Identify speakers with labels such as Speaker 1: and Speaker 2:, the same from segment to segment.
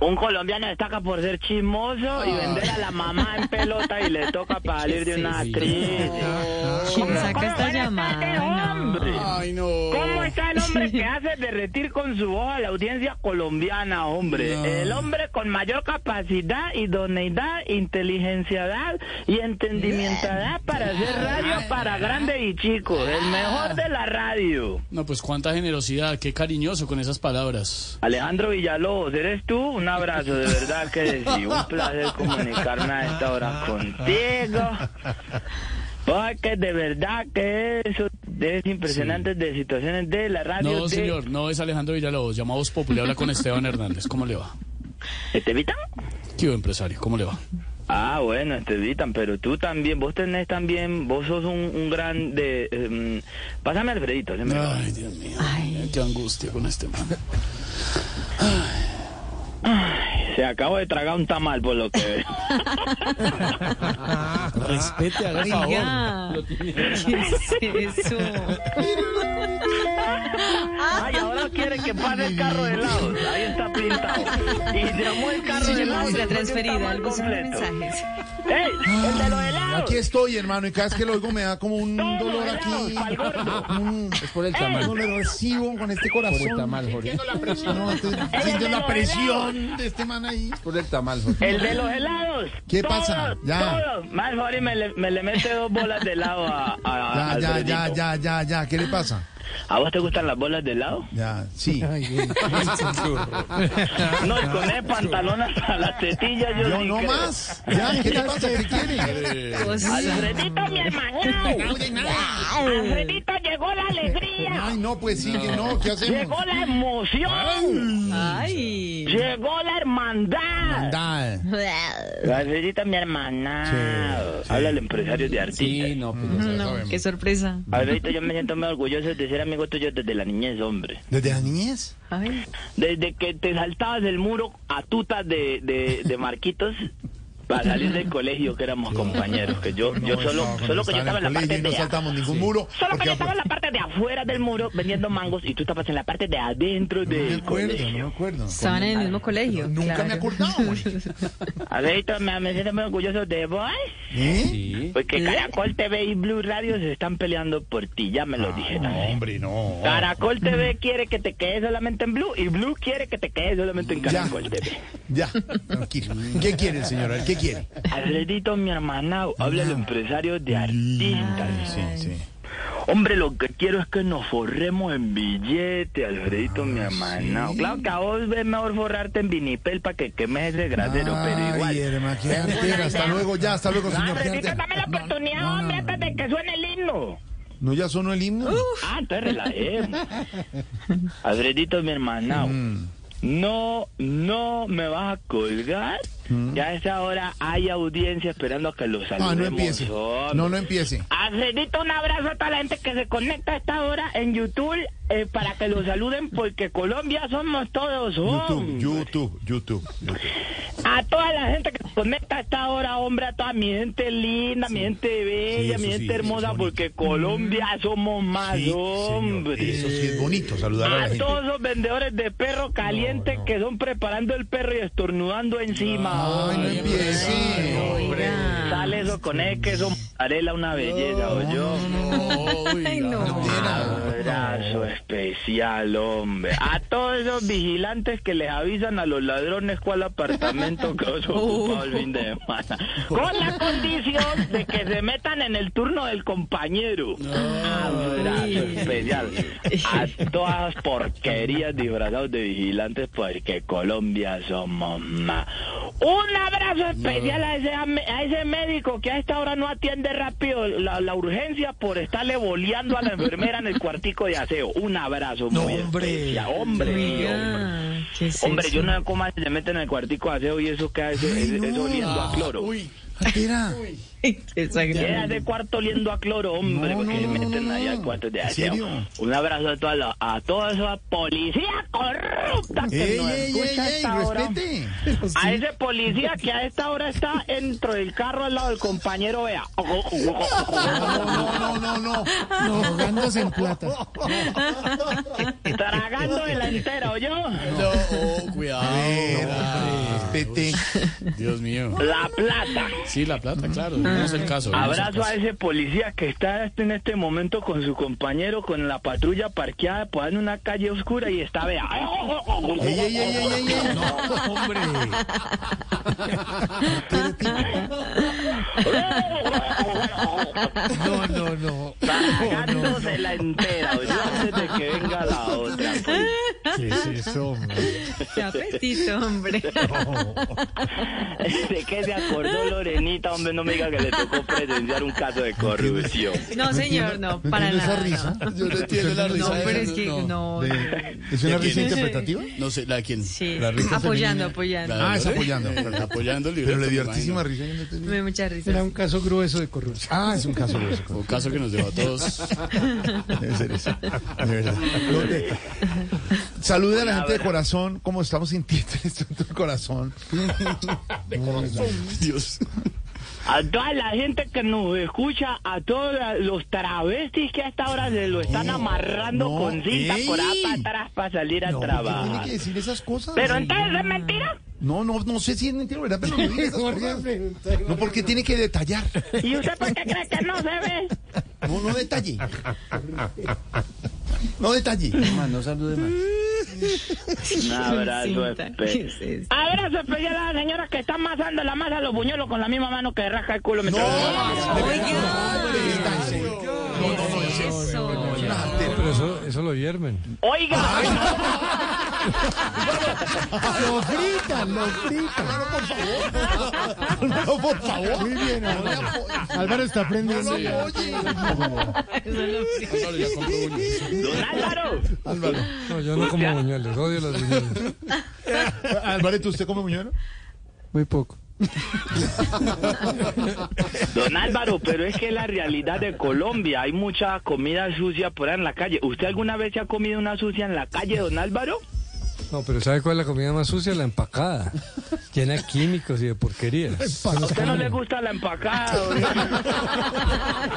Speaker 1: Un colombiano destaca por ser chismoso y vender a la mamá en pelota y le toca salir de una actriz.
Speaker 2: ¿Quién saca
Speaker 1: ¿Cómo
Speaker 2: esta
Speaker 1: está este
Speaker 2: llamada?
Speaker 1: hombre?
Speaker 3: Ay, no.
Speaker 1: ¿Cómo está el hombre que hace derretir con su voz a la audiencia colombiana, hombre? El hombre con mayor capacidad, idoneidad, inteligenciadad y entendimientad para hacer radio para grandes y chicos. El mejor de la radio.
Speaker 3: No, pues cuánta generosidad, qué cariñoso con esas palabras.
Speaker 1: Alejandro Villalobos, ¿eres tú? Un abrazo, de verdad que sí. Un placer comunicarme a esta hora contigo. Porque de verdad que eso es impresionante de situaciones de la radio.
Speaker 3: No,
Speaker 1: de-
Speaker 3: señor, no es Alejandro Villalobos, llama a Voz Popular, habla con Esteban Hernández. ¿Cómo le va?
Speaker 1: ¿Estevita?
Speaker 3: ¿Qué hubo, empresario? ¿Cómo le va?
Speaker 1: Ah, bueno, Estevitan, pero tú también, vos tenés también, vos sos un, un gran de... em, pásame a Alfredito, se me va.
Speaker 3: Ay, Dios mío, qué angustia con este man.
Speaker 1: Se acabo de tragar un tamal por lo que veo.
Speaker 3: Respete, haga el
Speaker 2: Oiga,
Speaker 3: favor. Lo tiene-
Speaker 2: ¿qué es eso?
Speaker 1: Ay, ahora quiere que pase el carro de lado. Ahí está pintado. Y llamó el carro
Speaker 2: Su
Speaker 1: de
Speaker 2: llamada
Speaker 1: lado.
Speaker 2: será transferida al buzón de mensajes.
Speaker 1: ¡Ey! ¡El de los helados!
Speaker 4: Aquí estoy, hermano, y cada vez que lo oigo me da como un
Speaker 1: Todo
Speaker 4: dolor
Speaker 1: helado,
Speaker 4: aquí.
Speaker 1: pa'l gordo.
Speaker 4: Mm,
Speaker 5: Es por el
Speaker 4: un
Speaker 5: tamal.
Speaker 4: dolor recibo con este
Speaker 5: Por el
Speaker 4: corazón.
Speaker 5: tamal, Jorge.
Speaker 4: No, estoy
Speaker 1: El
Speaker 4: sintiendo
Speaker 1: de ¿eh?
Speaker 4: la
Speaker 1: los
Speaker 4: presión de este man ahí.
Speaker 5: Por el tamal, Jorge.
Speaker 1: ¡El de los helados!
Speaker 4: ¿Qué pasa?
Speaker 1: Todos,
Speaker 4: Ya.
Speaker 1: Todos. Más Jorge me le, me le mete dos bolas de helado a, a,
Speaker 4: Ya,
Speaker 1: a
Speaker 4: ya, ya,
Speaker 1: Ah, Alfredito.
Speaker 4: ya, ya, ya. ¿Qué le pasa?
Speaker 1: ¿A vos te gustan las bolas de helado?
Speaker 4: Ya, sí.
Speaker 1: No, y con el pantalón hasta las tetillas yo
Speaker 4: Ah, Yo
Speaker 1: sí
Speaker 4: no
Speaker 1: creo.
Speaker 4: más. Ya, ¿qué le pasa? ¿Qué quiere?
Speaker 1: Alfredito, mi hermano. Alfredito, llegó la alegría.
Speaker 4: Ay, no, pues sí, que no, ¿qué hacemos?
Speaker 1: Llegó la emoción.
Speaker 2: Ay.
Speaker 1: Llegó la hermandad.
Speaker 4: Da,
Speaker 1: Alfredito, mi hermana. Habla el empresario de artistas.
Speaker 5: Sí, no, pues ya sabes.
Speaker 2: No, qué sorpresa.
Speaker 1: Alfredito, yo me siento muy orgulloso de ser amigo tuyo desde la niñez, hombre.
Speaker 4: ¿Desde la niñez?
Speaker 2: Ay.
Speaker 1: Desde que te saltabas del muro a tutas de, de, de Marquitos para salir del colegio, que éramos compañeros. Que yo, yo solo,
Speaker 4: estaba cuando
Speaker 1: solo que yo estaba en la parte
Speaker 4: colegio y
Speaker 1: de.
Speaker 4: no saltamos ningún
Speaker 1: Solo
Speaker 4: muro.
Speaker 1: que
Speaker 4: porque pues-
Speaker 1: yo estaba en la parte de afuera del muro vendiendo mangos y tú estabas en la parte de adentro
Speaker 4: No me
Speaker 1: del
Speaker 4: acuerdo, no me
Speaker 1: colegio.
Speaker 4: acuerdo.
Speaker 2: Estaban en el mismo colegio.
Speaker 4: Nunca me
Speaker 2: claro.
Speaker 4: he acordado, güey.
Speaker 1: Alfredito, me, me siento muy orgulloso de vos.
Speaker 4: ¿Eh?
Speaker 5: Sí.
Speaker 1: Porque Caracol TV y Blue Radio se están peleando por ti, ya me lo dijeron.
Speaker 4: Ah, No, hombre, no.
Speaker 1: Caracol TV
Speaker 4: Mm.
Speaker 1: quiere que te quedes solamente en Blue y Blue quiere que te quedes solamente en
Speaker 4: Ya.
Speaker 1: Caracol TV.
Speaker 4: Ya, tranquilo.
Speaker 1: Mm.
Speaker 4: ¿Qué quiere el señor? A ver, ¿Qué quiere?
Speaker 1: Alfredito, mi hermana, habla el empresario de artistas.
Speaker 4: Sí, sí.
Speaker 1: Hombre, lo que quiero es que nos forremos en billete, Alfredito,
Speaker 4: Ah,
Speaker 1: mi hermana. Claro que a vos es mejor forrarte en vinipel para que quemes ese grasero, pero igual.
Speaker 4: Ay, hermano, qué artera. Hasta luego, ya, hasta luego,
Speaker 1: No,
Speaker 4: señor. qué
Speaker 1: Alfredito,
Speaker 4: artera.
Speaker 1: dame la oportunidad,
Speaker 4: no,
Speaker 1: hombre,
Speaker 4: no, no.
Speaker 1: antes de que suene el himno.
Speaker 4: ¿No ya sonó el himno?
Speaker 1: Ah, entonces relajemos. Alfredito, mi hermano.
Speaker 4: Mm.
Speaker 1: No, no me vas a colgar. Ya a esa hora hay audiencia esperando a que los saludemos.
Speaker 4: Mm. Ah, no empiece.
Speaker 1: hombre.
Speaker 4: No, no empiece.
Speaker 1: Alfredito, un abrazo a toda la gente que se conecta a esta hora en YouTube eh, para que los saluden porque Colombia somos todos.
Speaker 4: YouTube,
Speaker 1: hombre.
Speaker 4: YouTube, YouTube.
Speaker 1: A toda la gente que se conecta a esta hora, hombre, a toda mi gente linda, mi gente bella,
Speaker 4: eso
Speaker 1: mi gente
Speaker 4: sí,
Speaker 1: hermosa,
Speaker 4: eso sí.
Speaker 1: porque Colombia somos más,
Speaker 4: Sí, señor,
Speaker 1: hombre.
Speaker 4: Eso sí es bonito, saludar a la
Speaker 1: A
Speaker 4: gente.
Speaker 1: Ah, todos los vendedores de perro caliente que son preparando el perro y estornudando encima.
Speaker 4: Ay, no empiece.
Speaker 1: Sale eso con el queso mozzarella, una belleza, o yo.
Speaker 2: Ay, no.
Speaker 1: Abrazo especial, hombre. A todos esos vigilantes que les avisan a los ladrones cuál apartamento que os ocupado el fin de semana. Con la condición de que se metan en el turno del compañero. Abrazo especial. A todas porquerías disfrazados de vigilantes porque Colombia somos más. Un abrazo especial a ese, a ese médico que a esta hora no atiende rápido la, la urgencia por estarle boleando a la enfermera en el cuartico de aseo. Un abrazo, muy especial, hombre. hombre.
Speaker 2: Oiga, ¿qué es
Speaker 1: Hombre,
Speaker 2: eso?
Speaker 1: yo no sé cómo se meten en el cuartico de aseo y eso queda eso, es- eso oliendo a cloro.
Speaker 4: Uy, Altera.
Speaker 2: Qué desagradable.
Speaker 1: Queda ese cuarto oliendo a cloro, hombre,
Speaker 4: No,
Speaker 1: porque
Speaker 4: no,
Speaker 1: se
Speaker 4: no, no,
Speaker 1: meten
Speaker 4: no,
Speaker 1: ahí
Speaker 4: no.
Speaker 1: al cuarto de
Speaker 4: ¿En
Speaker 1: aseo.
Speaker 4: serio?
Speaker 1: Un abrazo a toda la- a toda esa policía corrupta que
Speaker 4: Ey,
Speaker 1: nos
Speaker 4: ey,
Speaker 1: escucha a
Speaker 4: ey, ey,
Speaker 1: esta hora.
Speaker 4: respete.
Speaker 1: A ese policía que a esta hora está dentro del carro al lado del compañero, vea.
Speaker 4: No, no, no, no.
Speaker 5: No, ahogándose en plata.
Speaker 1: Tragando de la entera, ¿oyó?
Speaker 3: No, oh, cuidado.
Speaker 4: Respete.
Speaker 3: Dios mío.
Speaker 1: La plata.
Speaker 3: Sí, la plata, claro. No es el caso. no es el
Speaker 1: Abrazo a
Speaker 3: caso.
Speaker 1: ese policía que está en este momento con su compañero, con la patrulla parqueada pues, en una calle oscura y está, vea.
Speaker 4: Ey, ey, ey, ey, ey, ey. No,
Speaker 3: Hombre.
Speaker 5: No, no, no.
Speaker 1: Tragándose la entera, ¿oyó? Antes de que venga la otra. pues.
Speaker 5: ¿Qué es eso, hombre?
Speaker 2: Qué apetito, hombre.
Speaker 1: pues, ¿De qué se acordó Lorenita? Hombre, no me diga que le tocó presenciar un caso de corrupción.
Speaker 2: No, señor, no, para
Speaker 4: entiendo Pues
Speaker 2: nada.
Speaker 4: esa risa.
Speaker 2: no.
Speaker 3: Yo no entiendo la risa.
Speaker 2: No,
Speaker 3: de
Speaker 2: pero es
Speaker 3: esa,
Speaker 2: que
Speaker 3: no.
Speaker 2: no.
Speaker 4: De- ¿Es una
Speaker 3: ¿De quién
Speaker 4: risa
Speaker 3: es?
Speaker 4: interpretativa?
Speaker 3: No sé, ¿la de quién?
Speaker 2: Sí.
Speaker 4: La risa
Speaker 2: Apoyando,
Speaker 4: femenina.
Speaker 2: apoyando.
Speaker 3: La de
Speaker 4: Ah, es
Speaker 3: Lore.
Speaker 4: apoyando,
Speaker 3: Eh,
Speaker 4: perdón.
Speaker 3: apoyando el libro.
Speaker 4: Pero le dio hartísima risa. yo no
Speaker 2: Me
Speaker 4: entendí.
Speaker 2: da mucha risa.
Speaker 5: Era un caso grueso de corrupción.
Speaker 4: Ah, es un caso grueso.
Speaker 3: Un caso que nos dejó a todos.
Speaker 4: Debe ser eso. De verdad. Lorena, Salude a la gente de corazón. ¿Cómo estamos sintiendo en este momento el corazón?
Speaker 3: Dios.
Speaker 1: A toda la gente que nos escucha, a todos la- los travestis que hasta ahora se lo están amarrando
Speaker 4: Oh, no,
Speaker 1: con cinta
Speaker 4: ey.
Speaker 1: por ahí para atrás para salir a
Speaker 4: No, ¿por qué tiene
Speaker 1: trabajar.
Speaker 4: que decir esas cosas?
Speaker 1: Pero entonces es mentira.
Speaker 4: No, no, no sé si es mentira, ¿verdad? Pero no diga esas cosas. No, porque tiene que detallar.
Speaker 1: ¿Y usted por qué cree que no se ve?
Speaker 4: No, no detalle. No detalle.
Speaker 3: no salude más.
Speaker 1: Un abrazo
Speaker 2: Cinta, ¿Qué
Speaker 1: especial.
Speaker 2: es eso?
Speaker 1: Abrazo especial a la señora que está amasando la masa a los buñuelos con la misma mano que rasca el culo.
Speaker 4: No,
Speaker 1: mientras-
Speaker 2: ¿Qué es eso?
Speaker 5: Pero eso, eso lo hierven.
Speaker 1: Oiga,
Speaker 5: Lo fritan, lo fritan.
Speaker 4: no, por favor.
Speaker 5: Muy bien, Álvaro. Álvaro está aprendiendo.
Speaker 4: Oye,
Speaker 1: don Álvaro.
Speaker 4: Álvaro.
Speaker 5: No, yo no como buñuelos, odio los buñuelos.
Speaker 4: Alvarito, ¿usted come muñero?
Speaker 5: Muy poco.
Speaker 1: Don Álvaro, pero es que la realidad de Colombia, hay mucha comida sucia por ahí en la calle. ¿Usted alguna vez se ha comido una sucia en la calle, don Álvaro?
Speaker 5: No, pero ¿sabe cuál es la comida más sucia? La empacada. Llena de químicos y de porquerías.
Speaker 1: ¿A usted no le gusta la empacada? don Álvaro?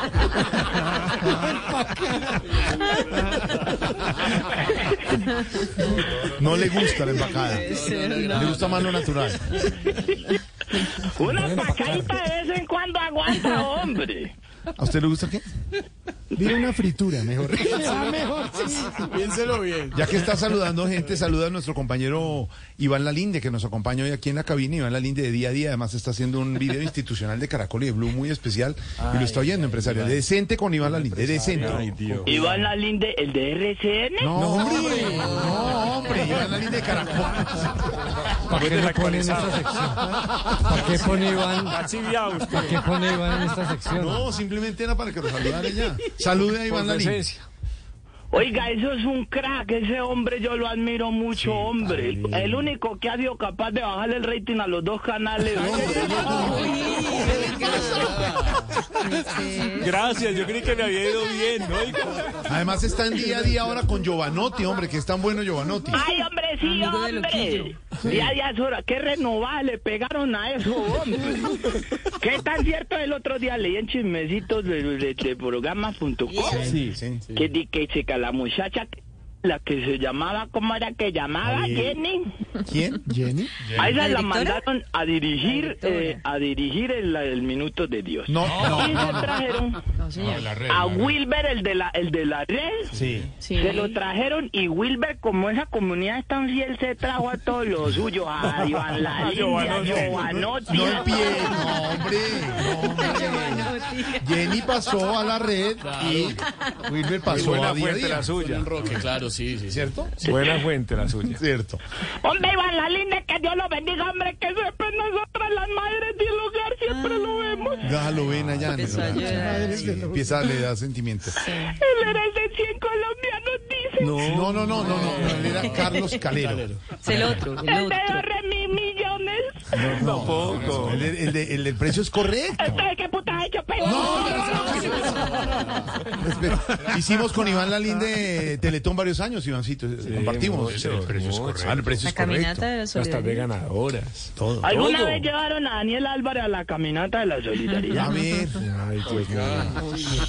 Speaker 4: No le gusta la empacada. Le gusta más lo natural.
Speaker 1: Una empacadita de vez en cuando aguanta, hombre.
Speaker 4: ¿A usted le gusta qué? Ah,
Speaker 5: Dile una fritura, mejor.
Speaker 3: Piénselo bien.
Speaker 4: Ya que está saludando gente, saluda a nuestro compañero Iván Lalinde, que nos acompaña hoy aquí en la cabina. Iván Lalinde de día a día, además está haciendo un video institucional de Caracol y de Blue muy especial. y lo está oyendo, empresario. Decente con Iván Lalinde, decente.
Speaker 1: Iván Lalinde, el de RCN.
Speaker 4: No, hombre. No, hombre. Iván Lalinde de Caracol.
Speaker 5: ¿Para qué lo pone en esta sección? ¿Para qué pone Iván? ¿Para qué pone Iván en esta sección?
Speaker 4: No, simplemente era para que lo saludara ella. Salude a Iván Lalinde.
Speaker 1: Oiga, eso es un crack, ese hombre yo lo admiro mucho, hombre. El, el único que ha sido capaz de bajar el rating a los dos canales, hombre.
Speaker 6: Gracias, yo creí que me había ido bien, ¿no?
Speaker 4: Además está en día a día ahora con Giovanotti, hombre, que es tan bueno Giovanotti.
Speaker 1: Ay, hombre, sí,
Speaker 2: Amigo de
Speaker 1: hombre.
Speaker 2: Loquillo.
Speaker 1: Ya, ya, Sora, qué renovada le pegaron a eso, hombre. ¿Qué tan cierto el otro día leí en chismecitos de, de, de programas.com?
Speaker 4: Sí, sí.
Speaker 1: Que di que chica, la muchacha, que- la que se llamaba, ¿cómo era que llamaba? Jenny.
Speaker 4: ¿Quién?
Speaker 5: ¿Jenny?
Speaker 1: A esa la
Speaker 2: ¿La directora?
Speaker 1: mandaron a dirigir,
Speaker 2: La directora.
Speaker 1: eh, a dirigir el, el Minuto de Dios.
Speaker 4: No, no,
Speaker 1: Y
Speaker 4: no,
Speaker 1: se
Speaker 4: no.
Speaker 1: trajeron
Speaker 2: No, señor.
Speaker 1: a Wilber, el de la, el de la red.
Speaker 4: Sí.
Speaker 2: Sí.
Speaker 1: Se lo trajeron y Wilber, como esa comunidad es tan fiel, se trajo a todos los suyos, a Iván Larín, a Giovanotti.
Speaker 4: No el pie, no, hombre. No, hombre. Jenny pasó a la red y Wilmer pasó a
Speaker 6: Buena
Speaker 4: día a
Speaker 6: fuente
Speaker 4: día.
Speaker 6: la suya.
Speaker 3: Un roque, claro, sí, sí. sí.
Speaker 4: ¿Cierto?
Speaker 6: Buena fuente la suya.
Speaker 4: Cierto.
Speaker 1: Hombre, Iván Lalinde, que Dios lo bendiga, hombre, que siempre nosotras las madres del hogar siempre lo
Speaker 4: Ah.
Speaker 1: vemos.
Speaker 4: Ya lo ven allá. ¿no?
Speaker 2: empezó a llorar,
Speaker 4: Sí, Empieza, le da sentimiento.
Speaker 1: El eres de 100 colombianos dice.
Speaker 4: No, no, no, no, no. no, Él era Carlos Calero.
Speaker 2: Es el otro,
Speaker 1: El
Speaker 2: el
Speaker 1: de
Speaker 2: otro.
Speaker 1: Remi Millones.
Speaker 6: Tampoco.
Speaker 4: El, de- el de- el del precio es correcto.
Speaker 1: Entonces, ¿qué puta ha hecho, Pues, pero?
Speaker 4: Espera, pues, Hicimos con Iván Lalinde Teletón varios años, Ivancito. Compartimos.
Speaker 6: mucho, mucho.
Speaker 4: correcto. Ah, el precio
Speaker 2: La
Speaker 4: es correcto.
Speaker 2: caminata de la
Speaker 6: Hasta de
Speaker 2: solidaridad.
Speaker 6: ganadoras.
Speaker 4: Todo.
Speaker 1: ¿Alguna
Speaker 6: Todo.
Speaker 1: vez llevaron a Daniel Álvarez a la caminata de la solidaridad?
Speaker 4: A ver.
Speaker 6: Ay, Dios mío.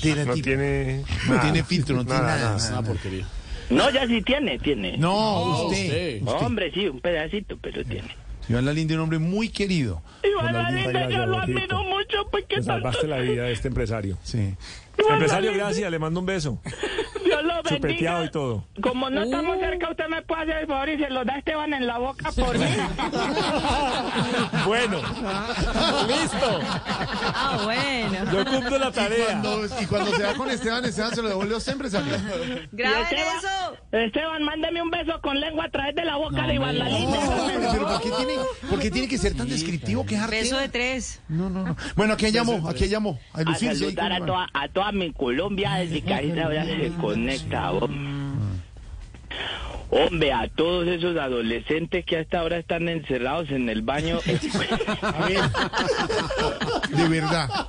Speaker 4: tiene
Speaker 6: No
Speaker 4: tipo-
Speaker 6: tiene.
Speaker 4: no
Speaker 6: nada.
Speaker 4: tiene filtro, no tiene
Speaker 6: Nada,
Speaker 4: nada.
Speaker 6: nada.
Speaker 3: Es una porquería.
Speaker 1: No, ya sí tiene, tiene.
Speaker 4: No, usted.
Speaker 3: usted.
Speaker 1: Hombre, sí, un pedacito, pero tiene.
Speaker 4: Iván Lalinde, un hombre muy querido.
Speaker 1: Iván Lalinde,
Speaker 6: gracias,
Speaker 1: yo lo
Speaker 6: gordito.
Speaker 1: admiro mucho porque
Speaker 6: Me pues,
Speaker 1: tanto...
Speaker 6: salvaste la vida de este empresario.
Speaker 4: Sí.
Speaker 1: Iván
Speaker 6: Empresario,
Speaker 1: Lalinde,
Speaker 6: gracias, le mando un beso.
Speaker 1: Dios lo bendiga.
Speaker 6: Chupeteado y todo.
Speaker 1: Como no estamos cerca, usted me puede hacer el favor y se lo da Esteban en la boca por mí.
Speaker 6: Bueno, listo.
Speaker 2: Ah, bueno.
Speaker 6: Yo cumplo la tarea.
Speaker 4: Cuando- y cuando se va con Esteban, Esteban se lo devuelve a usted, empresario.
Speaker 2: Graben
Speaker 1: Esteban-
Speaker 2: eso.
Speaker 1: Esteban, mándeme un beso con lengua a través de la boca de Iván Lalinde.
Speaker 4: Hombre, pero ¿por qué, tiene, por qué tiene que ser tan descriptivo? ¿Qué arte?
Speaker 2: Beso de tres.
Speaker 4: No, no, no. Bueno, ¿a quién llamó? ¿A quién llamó? A
Speaker 1: A
Speaker 4: Lucía.
Speaker 1: saludar a toda, a toda mi Colombia desde que ahí ahora se conecta, hombre. Hombre, a todos esos adolescentes que hasta ahora están encerrados en el baño,
Speaker 4: De verdad.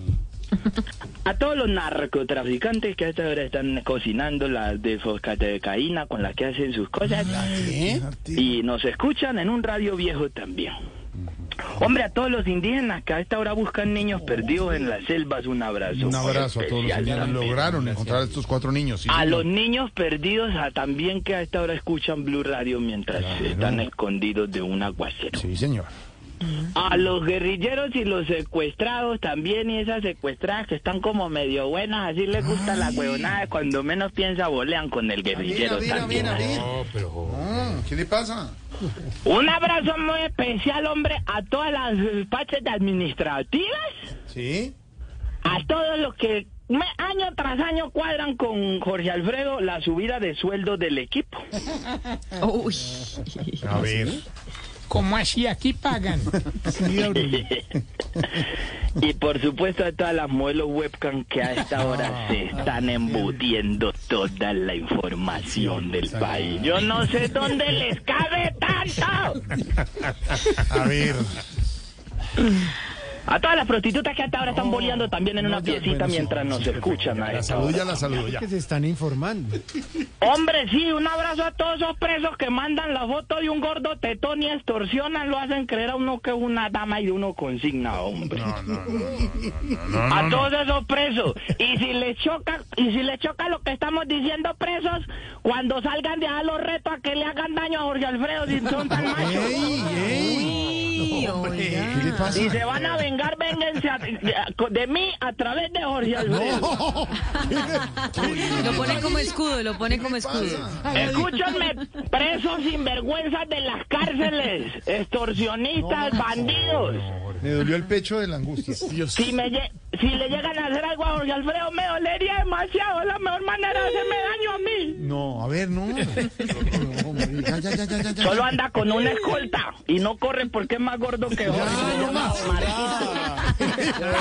Speaker 1: A todos los narcotraficantes que hasta ahora están cocinando la decaína con la que hacen sus cosas
Speaker 4: ¿Eh?
Speaker 1: y nos escuchan en un radio viejo también. Hombre, a todos los indígenas que a esta hora buscan niños perdidos en las selvas, un abrazo.
Speaker 4: Un abrazo a todos los
Speaker 1: especial
Speaker 4: indígenas.
Speaker 1: también.
Speaker 4: Lograron encontrar a estos cuatro niños. sí,
Speaker 1: A
Speaker 4: señor.
Speaker 1: los niños perdidos a también que a esta hora escuchan Blue Radio mientras están escondidos de un aguacero.
Speaker 4: Sí, señor.
Speaker 1: A los guerrilleros y los secuestrados también, y esas secuestradas que están como medio buenas, así les gusta la huevonada, cuando menos piensa volean con el guerrillero también.
Speaker 4: No, pero... ¿Qué le pasa?
Speaker 1: Un abrazo muy especial, hombre, a todas las eh, partes administrativas,
Speaker 4: ¿Sí?
Speaker 1: a todos los que me- año tras año cuadran con Jorge Alfredo la subida de sueldo del equipo.
Speaker 2: Uy.
Speaker 4: A ver.
Speaker 7: ¿Cómo así? Aquí pagan.
Speaker 1: Y por supuesto a todas las modelos webcam que a esta
Speaker 4: Ah,
Speaker 1: hora se están embutiendo toda la información del país. Yo no sé dónde les cabe tanto.
Speaker 4: ¿Ah, A ver.
Speaker 1: A todas las prostitutas que hasta ahora están boleando también en una
Speaker 4: ya,
Speaker 1: piecita
Speaker 4: bueno, sí,
Speaker 1: mientras nos escuchan a
Speaker 4: La
Speaker 1: esta
Speaker 4: saludo
Speaker 1: hora.
Speaker 4: ya, la saludo ya.
Speaker 5: Que se están informando.
Speaker 1: Hombre, sí, un abrazo a todos esos presos que mandan la foto de un gordo tetón y extorsionan, lo hacen creer a uno que es una dama y uno consigna, hombre. A todos esos presos. Y si les choca, y si les choca lo que estamos diciendo presos, cuando salgan de allá los retos a que le hagan daño a Jorge Alfredo si son tan machos.
Speaker 4: ¡Ey, ey!
Speaker 2: Uy, oiga.
Speaker 4: ¿Qué le pasa?
Speaker 1: Si se van a vengar, vénganse a- de, de mí a través de Jorge Alfredo.
Speaker 2: Lo pone como escudo, lo pone como escudo.
Speaker 1: Escúchame, presos sinvergüenzas de las cárceles, extorsionistas, bandidos.
Speaker 4: Me dolió el pecho de la angustia.
Speaker 3: Dios.
Speaker 1: Si, me lle- si le llegan a hacer algo a Jorge Alfredo, me dolería demasiado. Es la mejor manera de hacerme daño a mí.
Speaker 4: No, a ver, no. No, hombre, Ya, ya, ya, ya, ya, ya.
Speaker 1: Solo anda con una escolta y no corre porque es más gordo que Jorge.
Speaker 4: no más.
Speaker 3: Ya,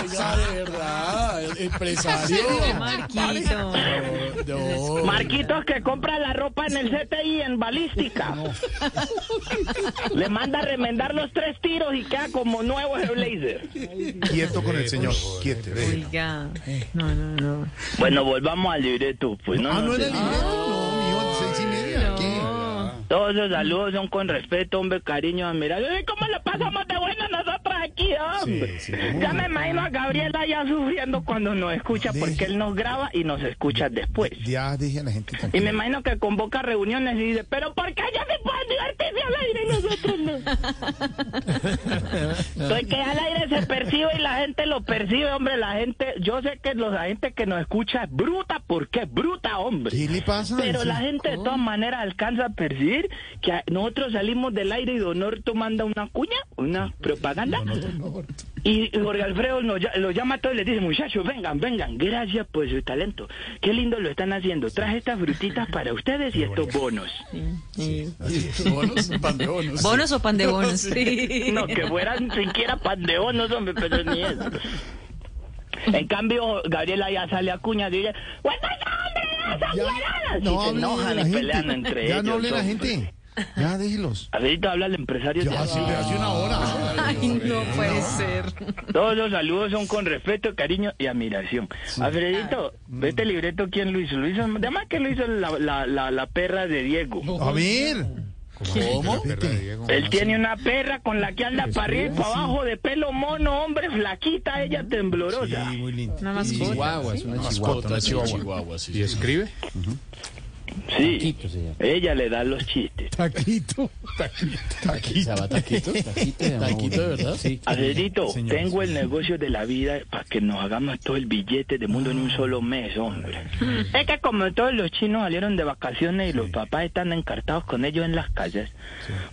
Speaker 3: ya, de verdad, empresario.
Speaker 2: Marquito.
Speaker 1: Marquitos que compra la ropa en el CTI en balística. Le manda a remendar los tres tiros y queda como nuevo ese blazer.
Speaker 4: Quieto con el señor. Quieto. déjelo.
Speaker 2: Oiga. No, no, no.
Speaker 1: Bueno, volvamos al libreto. Pues no,
Speaker 4: Ah,
Speaker 1: no
Speaker 4: no era el
Speaker 1: sé.
Speaker 4: libreto, no, mijo, seis y media. ¿Qué?
Speaker 1: Todos los saludos son con respeto, hombre, cariño, admiración. Ay, ¿Cómo la pasamos de buena nosotros aquí, hombre?
Speaker 4: Sí, sí, muy
Speaker 1: ya me imagino a Gabriela ya sufriendo cuando nos escucha,
Speaker 4: Deje-
Speaker 1: porque él nos graba y nos escucha después.
Speaker 4: Ya deje a la
Speaker 1: Y
Speaker 4: gente
Speaker 1: me
Speaker 4: tranquila.
Speaker 1: imagino que convoca reuniones y dice, pero ¿por qué ya se pueden divertirse al aire y nosotros no? Entonces que al aire se percibe y la gente lo percibe, hombre. La gente, yo sé que los, la gente que nos escucha es bruta, porque es bruta, hombre.
Speaker 4: ¿Qué le pasa?
Speaker 1: Pero la
Speaker 4: Sí.
Speaker 1: gente de todas maneras alcanza a percibir que a- nosotros salimos del aire y Don Orto manda una cuña, una propaganda. Y y Jorge Alfredo nos ll- lo llama a todos y les dice, muchachos, vengan, vengan, gracias por su talento. Qué lindo lo están haciendo. Traje estas frutitas para ustedes y estos bonos.
Speaker 3: Bonos, pan de bonos.
Speaker 2: ¿Bonos o pan de bonos? Sí.
Speaker 1: No, que fueran siquiera pan de bonos, hombre, pero ni eso. En cambio, Gabriela ya sale a cuña y dice, ¡Buenas hombres,
Speaker 4: Ya,
Speaker 1: esas
Speaker 4: no
Speaker 1: Y se
Speaker 4: hable
Speaker 1: enojan
Speaker 4: la
Speaker 1: y
Speaker 4: gente.
Speaker 1: pelean entre ellos.
Speaker 4: Ya no hable la
Speaker 1: hombre.
Speaker 4: gente. Ya déjelos.
Speaker 1: A ver, habla el empresario. de
Speaker 4: Ya, Ah.
Speaker 1: aquí.
Speaker 4: sí, de hace una hora.
Speaker 2: Ay, no pues. puede ser.
Speaker 1: Todos los saludos son con respeto, cariño y admiración. Alfredito, vete libreto quién lo hizo. Lo hizo, además que lo hizo la, la, la, la perra de Diego.
Speaker 4: A ver. ¿Cómo? Pues
Speaker 1: Él tiene una perra con la que anda para arriba y para abajo, de pelo mono, hombre, flaquita, ella temblorosa.
Speaker 4: Sí, muy lindo.
Speaker 2: Una mascota.
Speaker 6: es una
Speaker 3: Mascota, una chihuahua, sí, sí.
Speaker 6: escribe?
Speaker 1: Sí, ella le da los chistes.
Speaker 5: Taquito.
Speaker 3: Taquito. Taquito. Taquito, de verdad. Sí.
Speaker 1: Alfredito,
Speaker 4: Señor,
Speaker 1: tengo el negocio de la vida para que nos hagamos todo el billete de mundo en un solo mes, hombre. Es que como todos los chinos salieron de vacaciones y los papás están encartados con ellos en las calles,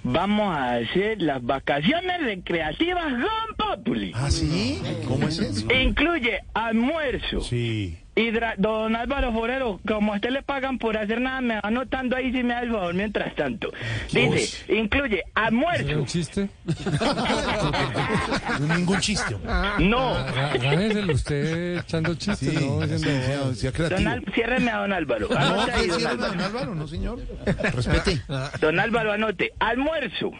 Speaker 1: vamos a hacer las vacaciones recreativas Gone Populi.
Speaker 4: ¿Ah, sí? ¿Cómo es eso?
Speaker 1: Incluye almuerzo.
Speaker 4: Sí.
Speaker 1: Y dra- don Álvaro Forero, como a usted le pagan por hacer nada, me va anotando ahí si me da el favor mientras tanto. Dice, incluye
Speaker 5: ¿Era
Speaker 1: almuerzo.
Speaker 5: un chiste?
Speaker 4: Ningún chiste. hombre.
Speaker 1: No.
Speaker 4: Ah.
Speaker 5: Gánenselo usted echando
Speaker 4: Sí,
Speaker 5: chistes, ¿no?
Speaker 4: sí, sea-
Speaker 5: Diciendo,
Speaker 4: sea
Speaker 1: Don
Speaker 4: creativo.
Speaker 1: Al- ciérreme a don Álvaro.
Speaker 4: No,
Speaker 1: Anote ahí,
Speaker 4: ¿qué
Speaker 1: don
Speaker 4: hicieron
Speaker 1: Álvaro.
Speaker 4: don Álvaro? No, señor. Ah, Respete.
Speaker 1: Don Álvaro, anote. Almuerzo.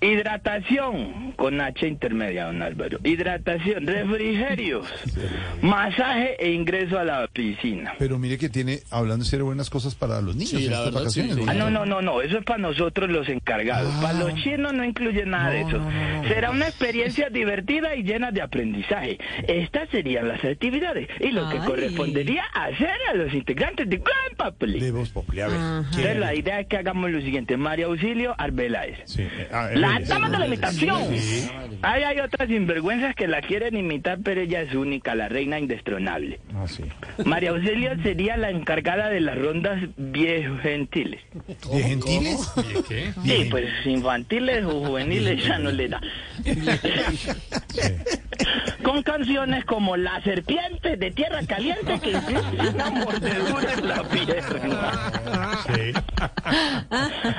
Speaker 1: Hidratación con H intermedia, don Álvaro. Hidratación, refrigerios, masaje e ingreso a la piscina.
Speaker 4: Pero mire que tiene, hablando en serio, buenas cosas para los niños
Speaker 3: Sí, la
Speaker 4: en estas
Speaker 3: verdad,
Speaker 4: vacaciones.
Speaker 3: sí, sí.
Speaker 1: Ah, no, no, no, no, eso es para nosotros los encargados.
Speaker 4: Ah.
Speaker 1: Para los chinos no incluye nada de
Speaker 4: No,
Speaker 1: eso.
Speaker 4: no, no, no.
Speaker 1: Será una experiencia divertida y llena de aprendizaje. Estas serían las actividades y lo que
Speaker 2: Ay.
Speaker 1: correspondería hacer a los integrantes de Gran Papel.
Speaker 4: De Voz Populi, a ver. ¿quién
Speaker 1: Entonces,
Speaker 4: era?
Speaker 1: la idea es que hagamos lo siguiente: María Auxilio Arbeláez.
Speaker 4: Sí, eh, ah,
Speaker 1: La
Speaker 4: Evelyn.
Speaker 1: dama de la imitación. Ahí hay otras sinvergüenzas que la quieren imitar, pero ella es única, la reina indestronable.
Speaker 4: Ah, sí.
Speaker 1: María Auxilio sería la encargada de las rondas viejo gentiles.
Speaker 4: ¿De gentiles?
Speaker 1: Oh,
Speaker 3: ¿Qué?
Speaker 1: Sí, pues infantiles o juveniles ya no le da. Con canciones como La serpiente de tierra caliente que incluye una mordedura en la pierna.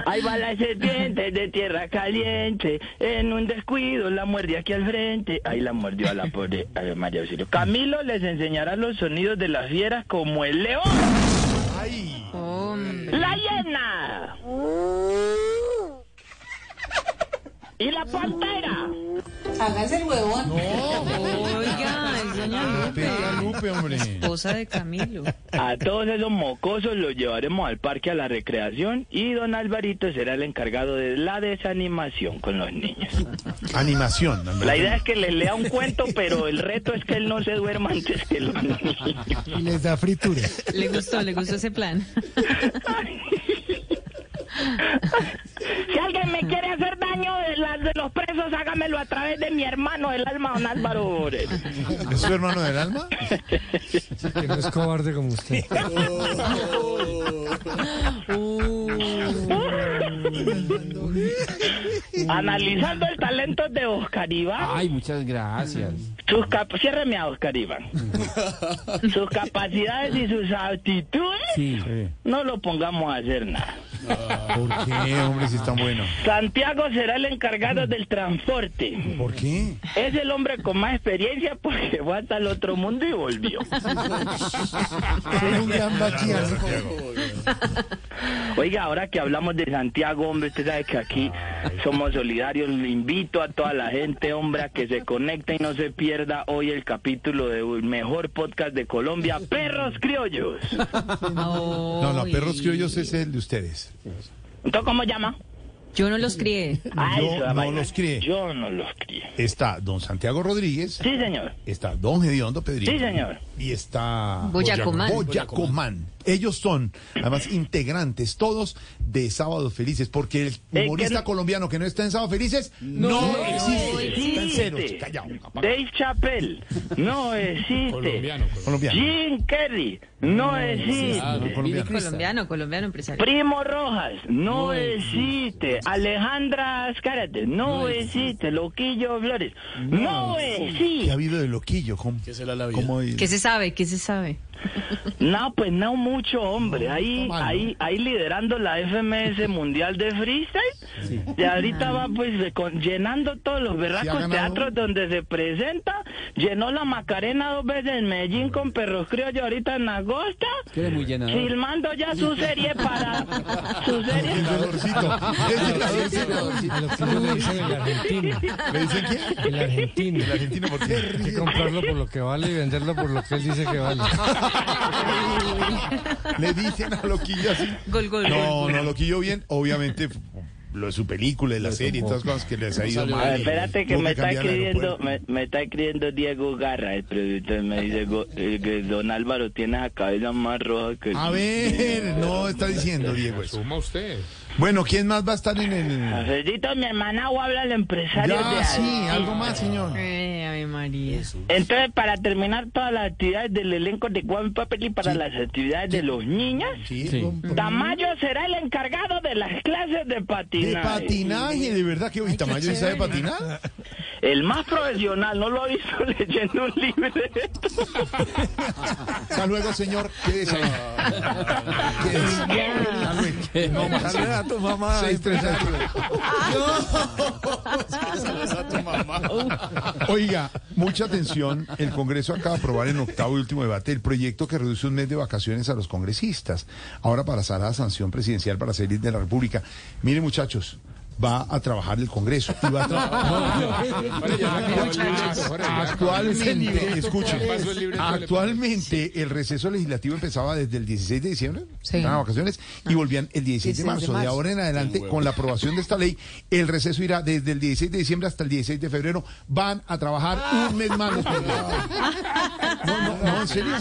Speaker 1: Ahí va la serpiente de tierra caliente. En un descuido la muerde aquí al frente. Ahí la mordió a la pobre a la María Auxilio. Camilo les enseñará los sonidos de las fieras como el león,
Speaker 2: Hombre.
Speaker 1: la hiena y la pantera.
Speaker 7: Hágase el huevón.
Speaker 2: Oiga, es doña
Speaker 4: Respeta a
Speaker 2: Lupe.
Speaker 4: Lupe, hombre.
Speaker 2: Esposa de Camilo.
Speaker 1: A todos esos mocosos los llevaremos al parque a la recreación y don Alvarito será el encargado de la desanimación con los niños.
Speaker 4: Animación.
Speaker 1: La idea es que les lea un cuento, pero el reto es que él no se duerma antes que los niños.
Speaker 5: Y les da fritura.
Speaker 2: Le gustó, le gustó ese plan.
Speaker 1: Si alguien me quiere hacer daño de, la- de los presos, hágamelo a través de mi hermano, el alma don Álvaro. Borel.
Speaker 4: ¿Es su hermano del alma?
Speaker 5: Que no es cobarde como usted.
Speaker 1: Analizando el talento de Oscar Iván.
Speaker 6: Ay, muchas gracias.
Speaker 1: Sus cap Ciérreme a Oscar Iván. sus capacidades y sus aptitudes
Speaker 6: Sí.
Speaker 1: no lo pongamos a hacer nada.
Speaker 4: ¿Por qué, hombre, si es tan bueno?
Speaker 1: Santiago será el encargado del transporte.
Speaker 4: ¿Por qué?
Speaker 1: Es el hombre con más experiencia porque fue hasta el otro mundo y volvió. Ah,
Speaker 4: Fue un gran bachiano.
Speaker 1: Oiga, ahora que hablamos de Santiago, hombre, usted sabe que aquí somos solidarios. Le invito a toda la gente, hombre, a que se conecte y no se pierda hoy el capítulo del mejor podcast de Colombia, Perros Criollos.
Speaker 4: No, no, perros criollos es el de ustedes.
Speaker 1: ¿Entonces cómo llama?
Speaker 2: Yo no los crié.
Speaker 1: Ah,
Speaker 4: Yo
Speaker 1: eso,
Speaker 4: no
Speaker 1: vaina.
Speaker 4: los crié.
Speaker 1: Yo no los crié.
Speaker 4: Está don Santiago Rodríguez,
Speaker 1: Sí, señor.
Speaker 4: está don Gediondo Pedrillo.
Speaker 1: Sí, señor.
Speaker 4: Y está
Speaker 2: Boyacomán.
Speaker 4: Boyacomán. Ellos son, además, integrantes todos de Sábados Felices, porque el
Speaker 1: Eh, que
Speaker 4: humorista
Speaker 1: no-
Speaker 4: colombiano que no está en Sábados Felices no, existe. Está en cero.
Speaker 1: existe.
Speaker 4: Callao, apaga.
Speaker 1: Dave Chappelle, no existe.
Speaker 3: Colombiano, colombiano.
Speaker 4: Colombiano.
Speaker 1: Jim Carrey, no existe.
Speaker 3: Claro,
Speaker 4: colombiano.
Speaker 2: Colombiano, colombiano empresario.
Speaker 1: Primo Rojas, no, existe. Alejandra Azcárate, no, existe. Loquillo Flores, no,
Speaker 4: ¿Qué ha
Speaker 1: existe.
Speaker 4: habido de loquillo? ¿Cómo,
Speaker 3: ¿Qué será la vida?
Speaker 4: cómo hay-
Speaker 2: ¿Qué se sabe? ¿Qué se sabe?
Speaker 1: No, pues no mucho, hombre. ahí,
Speaker 4: mal, ¿no?
Speaker 1: ahí, ahí liderando la FMS Mundial de Freestyle. Y ahorita va pues de- con- llenando todos los berracos
Speaker 4: ganado.
Speaker 1: teatros donde se presenta. Llenó la Macarena dos veces en Medellín con Perros Criollos ahorita en agosto.
Speaker 5: muy llena.
Speaker 1: Filmando ya su serie para... Su serie...
Speaker 4: El dolorcito. El dolorcito.
Speaker 5: le dicen el argentino.
Speaker 4: ¿Le dicen quién?
Speaker 5: El argentino.
Speaker 4: El argentino, ¿por
Speaker 5: Hay que
Speaker 4: qué?
Speaker 5: comprarlo por lo que vale y venderlo por lo que él dice que vale.
Speaker 4: Le dicen a loquillo así.
Speaker 2: Gol, gol,
Speaker 4: No,
Speaker 2: gol.
Speaker 4: no, loquillo bien, obviamente f- lo de su película, de la serie, todas las cosas que les ha ido
Speaker 3: salió
Speaker 4: mal.
Speaker 1: Ah, espérate que
Speaker 4: Tuvo
Speaker 1: me está
Speaker 4: cambiar el
Speaker 1: escribiendo, me,
Speaker 4: aeropuerto.
Speaker 1: me está escribiendo Diego Garra, el productor me dice "Go- eh, que Don Álvaro tiene la cabeza más roja que
Speaker 4: A ver, no está diciendo Diego eso.
Speaker 6: Suma usted.
Speaker 4: Bueno, ¿quién más va a estar en el...?
Speaker 1: Alfredito, mi hermana o habla el empresario de
Speaker 4: Ya, sí,
Speaker 1: Al-
Speaker 4: algo más, señor.
Speaker 2: Eh, Ave María.
Speaker 1: Entonces, para terminar todas las actividades del elenco de Juan Papel y para las actividades de los niños,
Speaker 4: Sí,
Speaker 5: Sí.
Speaker 4: con-
Speaker 1: Tamayo será el encargado de las clases de
Speaker 4: De
Speaker 1: patinaje.
Speaker 4: patinaje, de verdad que hoy Tamayo sí sabe patinar.
Speaker 1: El más profesional, no lo hizo leyendo un libreto.
Speaker 4: Hasta luego, señor. Quédese ahí. Quédese. Hasta luego.
Speaker 6: Dale a tu mamá.
Speaker 4: Seis, tres, seis.
Speaker 2: pues,
Speaker 4: Oiga, mucha atención. El Congreso acaba de aprobar en octavo y último debate el proyecto que reduce un mes de vacaciones a los congresistas. Ahora pasará la sanción presidencial para salir de la República. Miren, muchachos, va a trabajar el Congreso. y va a tra- Ah, Actualmente, escuchen, actualmente el receso legislativo empezaba desde el 16 de diciembre,
Speaker 2: Sí.
Speaker 4: estaban de vacaciones, y volvían el 16 Ah. de marzo. De ahora en adelante, con la aprobación de esta ley, el receso irá desde el 16 de diciembre hasta el 16 de febrero. Van a trabajar un mes más. los congresistas. No, no, no, en serio.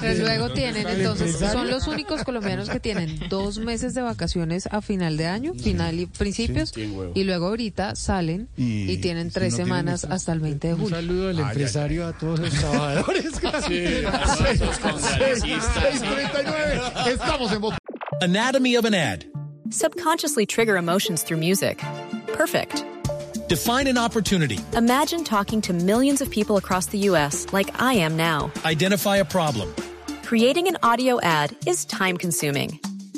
Speaker 8: Pues luego tienen, entonces, son los únicos colombianos que tienen dos meses de vacaciones a final de año, final y principios, y luego ahorita salen
Speaker 4: Y-
Speaker 8: y,
Speaker 4: y
Speaker 8: tienen
Speaker 4: si
Speaker 8: tres
Speaker 4: no tienen
Speaker 8: semanas
Speaker 4: eso-
Speaker 8: hasta el 20 de
Speaker 5: Un
Speaker 8: julio.
Speaker 5: saludo al empresario a todos los trabajadores.
Speaker 4: Seis- seis- 6:39. Estamos en voz.
Speaker 9: Anatomy of an ad.
Speaker 10: Subconsciously trigger emotions through music. Perfect.
Speaker 9: Define an opportunity.
Speaker 10: Imagine talking to millions of people across the U.S. like I am now.
Speaker 9: Identify a problem.
Speaker 10: Creating an audio ad is time consuming.